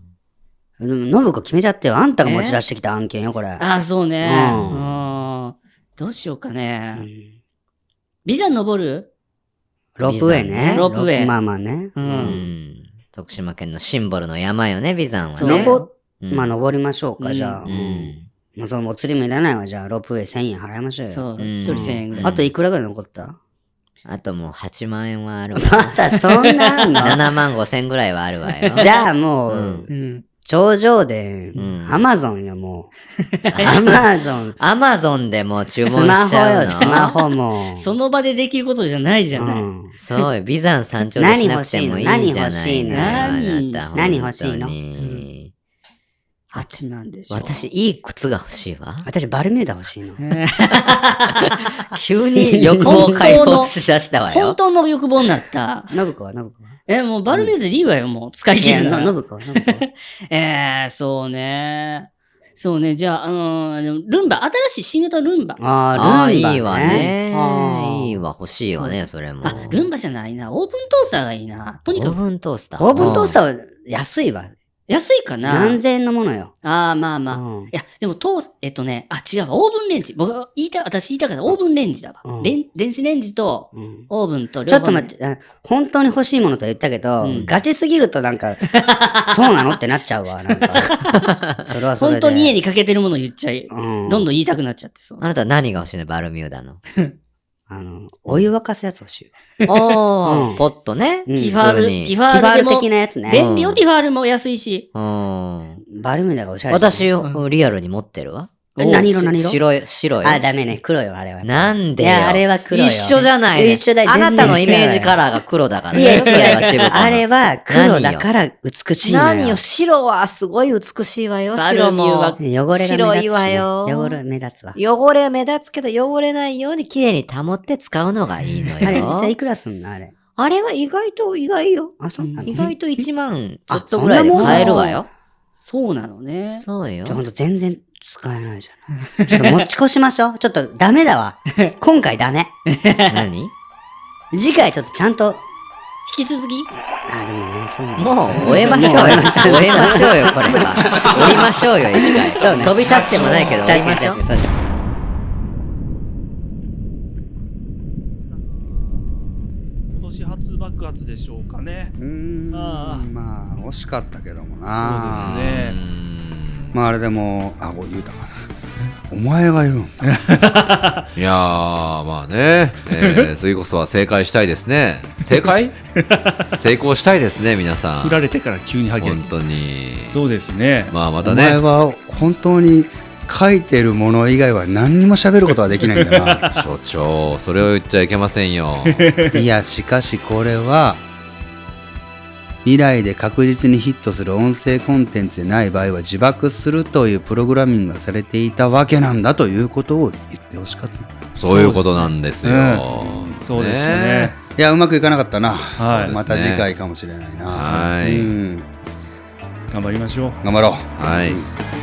[SPEAKER 5] でも信子決めちゃってよ。あんたが持ち出してきた案件よ、これ。
[SPEAKER 7] ああ、そうね。
[SPEAKER 5] う
[SPEAKER 7] うんどうしようか
[SPEAKER 5] う
[SPEAKER 7] ね。
[SPEAKER 5] ん
[SPEAKER 7] ビザ登る
[SPEAKER 5] ロープウェイね。
[SPEAKER 7] ロープウェイ
[SPEAKER 5] まあまあね。
[SPEAKER 7] う。
[SPEAKER 6] うんん。徳島県のシンボルの山よね、ビザンは
[SPEAKER 7] そう
[SPEAKER 6] ね。
[SPEAKER 5] 登
[SPEAKER 6] うん
[SPEAKER 5] まあ、登りましょうか、じゃあ。
[SPEAKER 6] う
[SPEAKER 5] うん
[SPEAKER 6] ん。
[SPEAKER 5] もうそのお釣りもいらないわ、じゃあ、ロープウェイ1000円払いましょうよ。
[SPEAKER 7] そ
[SPEAKER 6] う
[SPEAKER 7] う。
[SPEAKER 6] ん
[SPEAKER 7] 一人1000円ぐらい。
[SPEAKER 5] あといくらぐらい残った
[SPEAKER 6] あともう8万円はある わ。
[SPEAKER 5] まだそんなあんの
[SPEAKER 6] 7万5千ぐらいはあるわよ。
[SPEAKER 5] じゃあもう、
[SPEAKER 6] うん
[SPEAKER 7] うん。
[SPEAKER 5] 頂上で
[SPEAKER 6] ん、
[SPEAKER 5] アマゾンよ、もう。アマゾン。
[SPEAKER 6] アマゾンでもう
[SPEAKER 5] ス
[SPEAKER 6] 注文
[SPEAKER 5] マ
[SPEAKER 6] しち
[SPEAKER 5] ホ
[SPEAKER 6] ゃ
[SPEAKER 5] よ、
[SPEAKER 6] うの
[SPEAKER 5] スマホも。
[SPEAKER 7] その場でできることじゃないじゃ
[SPEAKER 5] う
[SPEAKER 7] ない。
[SPEAKER 5] ん
[SPEAKER 6] そうよ、ビザン山頂でしなくてもいいじゃない
[SPEAKER 5] 何
[SPEAKER 7] 欲しいの
[SPEAKER 5] 何欲しいの
[SPEAKER 6] あなた本当に
[SPEAKER 7] 8万でしょ。
[SPEAKER 6] 私、いい靴が欲 しいわ。
[SPEAKER 5] 私、バルミューダ欲しいの。
[SPEAKER 6] 急に 欲望解放しだしたわ
[SPEAKER 7] 本
[SPEAKER 6] よ。
[SPEAKER 7] 当の欲望になった。
[SPEAKER 5] ノブ子は、ノブ子は。
[SPEAKER 7] え、もうバルミューダでいいわよ、もう。使い
[SPEAKER 5] い
[SPEAKER 7] 切
[SPEAKER 5] や、
[SPEAKER 7] る
[SPEAKER 5] の
[SPEAKER 7] なら
[SPEAKER 5] ノブ子は、ノブ子は。
[SPEAKER 7] ええそうね。そうね。じゃあ、あのールンバ、新しい新型のルンバ。
[SPEAKER 5] あ
[SPEAKER 6] あ
[SPEAKER 5] あ、
[SPEAKER 6] あ、
[SPEAKER 5] ルンバ、ね。
[SPEAKER 6] いいわね。いい
[SPEAKER 5] わ。
[SPEAKER 6] わ、欲しいわね、それも。
[SPEAKER 7] あ、ルンバじゃないな。オーブントースターがいいな。と
[SPEAKER 6] オ
[SPEAKER 7] にか
[SPEAKER 6] ー
[SPEAKER 7] く
[SPEAKER 6] ブントースター。
[SPEAKER 5] オーブントースタ
[SPEAKER 6] ー
[SPEAKER 5] ーは安いわ。
[SPEAKER 7] 安いかな。
[SPEAKER 5] 何千円のものよ。
[SPEAKER 7] ああ、まあまあ。
[SPEAKER 5] うん
[SPEAKER 7] いや、でもトース、えっとね、あ、違うわ。オーブンレンジ。僕が言いたい、私言いたかったオーブンレンジだわ。
[SPEAKER 5] うん
[SPEAKER 7] レン電子レンジと、
[SPEAKER 5] うん
[SPEAKER 7] オーブンと
[SPEAKER 5] ちょっと待
[SPEAKER 7] て。
[SPEAKER 5] って、あ本当に欲しいものとは言ったけど、
[SPEAKER 7] うん
[SPEAKER 5] ガチすぎるとなんか、そうなのってなっちゃうわ、なんか。それはそれ
[SPEAKER 7] 本
[SPEAKER 5] で。
[SPEAKER 7] 当に家に欠けてるもの言っちゃい、
[SPEAKER 5] うん
[SPEAKER 7] どんどん言いたくなっちゃってそう。
[SPEAKER 6] あなた何が欲しいのバルミューダ の。
[SPEAKER 5] あの、お湯沸かすやつ欲しい。
[SPEAKER 6] お
[SPEAKER 5] う
[SPEAKER 6] ー、
[SPEAKER 5] ん
[SPEAKER 6] ポットね。
[SPEAKER 5] うん
[SPEAKER 7] ティ
[SPEAKER 6] 普
[SPEAKER 7] ファー
[SPEAKER 6] 通
[SPEAKER 7] ル、テ
[SPEAKER 6] に
[SPEAKER 7] ィ。
[SPEAKER 5] テ
[SPEAKER 7] ファ
[SPEAKER 5] ィファ
[SPEAKER 7] ー
[SPEAKER 5] ー
[SPEAKER 7] ル
[SPEAKER 5] ル
[SPEAKER 7] も
[SPEAKER 5] 的、なやつね。
[SPEAKER 7] 便利よ、ティファールも安いし。
[SPEAKER 6] うん。
[SPEAKER 5] バルミューダがおしゃれ。
[SPEAKER 6] 私、リアルに持ってるわ。
[SPEAKER 5] え何色
[SPEAKER 6] し
[SPEAKER 5] 何色
[SPEAKER 6] 白い、白い。
[SPEAKER 5] あ、ダメね。黒よ、あれは。
[SPEAKER 6] なんで
[SPEAKER 5] い
[SPEAKER 6] よ
[SPEAKER 5] や、あれは黒よ。
[SPEAKER 6] 一緒じゃないの。
[SPEAKER 5] 一緒だよ
[SPEAKER 6] あなたのイメージカ
[SPEAKER 5] ら。
[SPEAKER 6] ラーが黒だから
[SPEAKER 5] いや、違
[SPEAKER 6] ね。
[SPEAKER 5] う
[SPEAKER 6] それは
[SPEAKER 5] 違
[SPEAKER 6] 渋
[SPEAKER 5] う。
[SPEAKER 6] く
[SPEAKER 5] あれは黒だから美しいのよ。
[SPEAKER 6] 何よ、白はすごい美しいわよ、
[SPEAKER 7] バル
[SPEAKER 6] 白
[SPEAKER 7] ミューは
[SPEAKER 6] も。
[SPEAKER 5] 汚れが目立つしね、
[SPEAKER 6] 白いわよ
[SPEAKER 5] 汚れ目立つわ。
[SPEAKER 6] 汚れ目立つけど、汚れないように綺麗に保って使うのがいいの
[SPEAKER 5] あれ、実際い
[SPEAKER 6] よ。
[SPEAKER 5] くらすんのあれ。
[SPEAKER 6] あれは意外と意外よ。
[SPEAKER 5] あ、そうなの
[SPEAKER 6] 意
[SPEAKER 5] じゃ
[SPEAKER 6] 外と1万ちょっとぐらいで
[SPEAKER 5] あそんなもん
[SPEAKER 6] 買えるわよ。
[SPEAKER 7] そうなのね。
[SPEAKER 6] そうよ
[SPEAKER 5] あ。ほんと全然使えないじゃ ない。ちょっと持ち越しましょう。ちょっとダメだわ。今回ダメ。
[SPEAKER 6] 何
[SPEAKER 5] 次回ちょっとちゃんと
[SPEAKER 7] 引き続き
[SPEAKER 5] あ、でもね、そう
[SPEAKER 6] もう終えましょうよ。終えましょうよ、これ は。降りましょうよ、一回。飛び立ってもないけど、降りましょう。
[SPEAKER 5] 確かに確かに確かに
[SPEAKER 3] 今年初爆発でしょうかね。
[SPEAKER 4] うーん
[SPEAKER 3] ああ
[SPEAKER 4] まあ惜しかったけども
[SPEAKER 3] そう
[SPEAKER 4] な
[SPEAKER 3] です
[SPEAKER 2] う
[SPEAKER 3] ね。
[SPEAKER 2] ん
[SPEAKER 4] まああれでもあお言うたかなお前が言うんだ
[SPEAKER 2] いやー、まあね。 えー、次こそは正解したいですね。正解成功したいですね、皆さ
[SPEAKER 3] 振
[SPEAKER 2] ん。
[SPEAKER 3] られてから急にハゲる
[SPEAKER 2] 本。当に。
[SPEAKER 3] そうですね。
[SPEAKER 2] まあま
[SPEAKER 4] お
[SPEAKER 2] た
[SPEAKER 4] 前
[SPEAKER 2] ね、
[SPEAKER 4] は本当に書いてるもの以外は何にも喋ることはできないんだな
[SPEAKER 2] 所長、それを言っちゃいけません よ。
[SPEAKER 4] いやしかしこれは未来で確実にヒットする音声コンテンツでない場合は自爆するというプログラミングがされていたわけなんだということを言ってほしかった
[SPEAKER 2] そういうことなんですよ。
[SPEAKER 3] そうですね。
[SPEAKER 4] いやうまくいかなかったな、
[SPEAKER 3] はい
[SPEAKER 4] また次回かもしれないな
[SPEAKER 2] はい
[SPEAKER 4] うん
[SPEAKER 3] 頑張りましょう。
[SPEAKER 4] 頑張ろう
[SPEAKER 2] はい。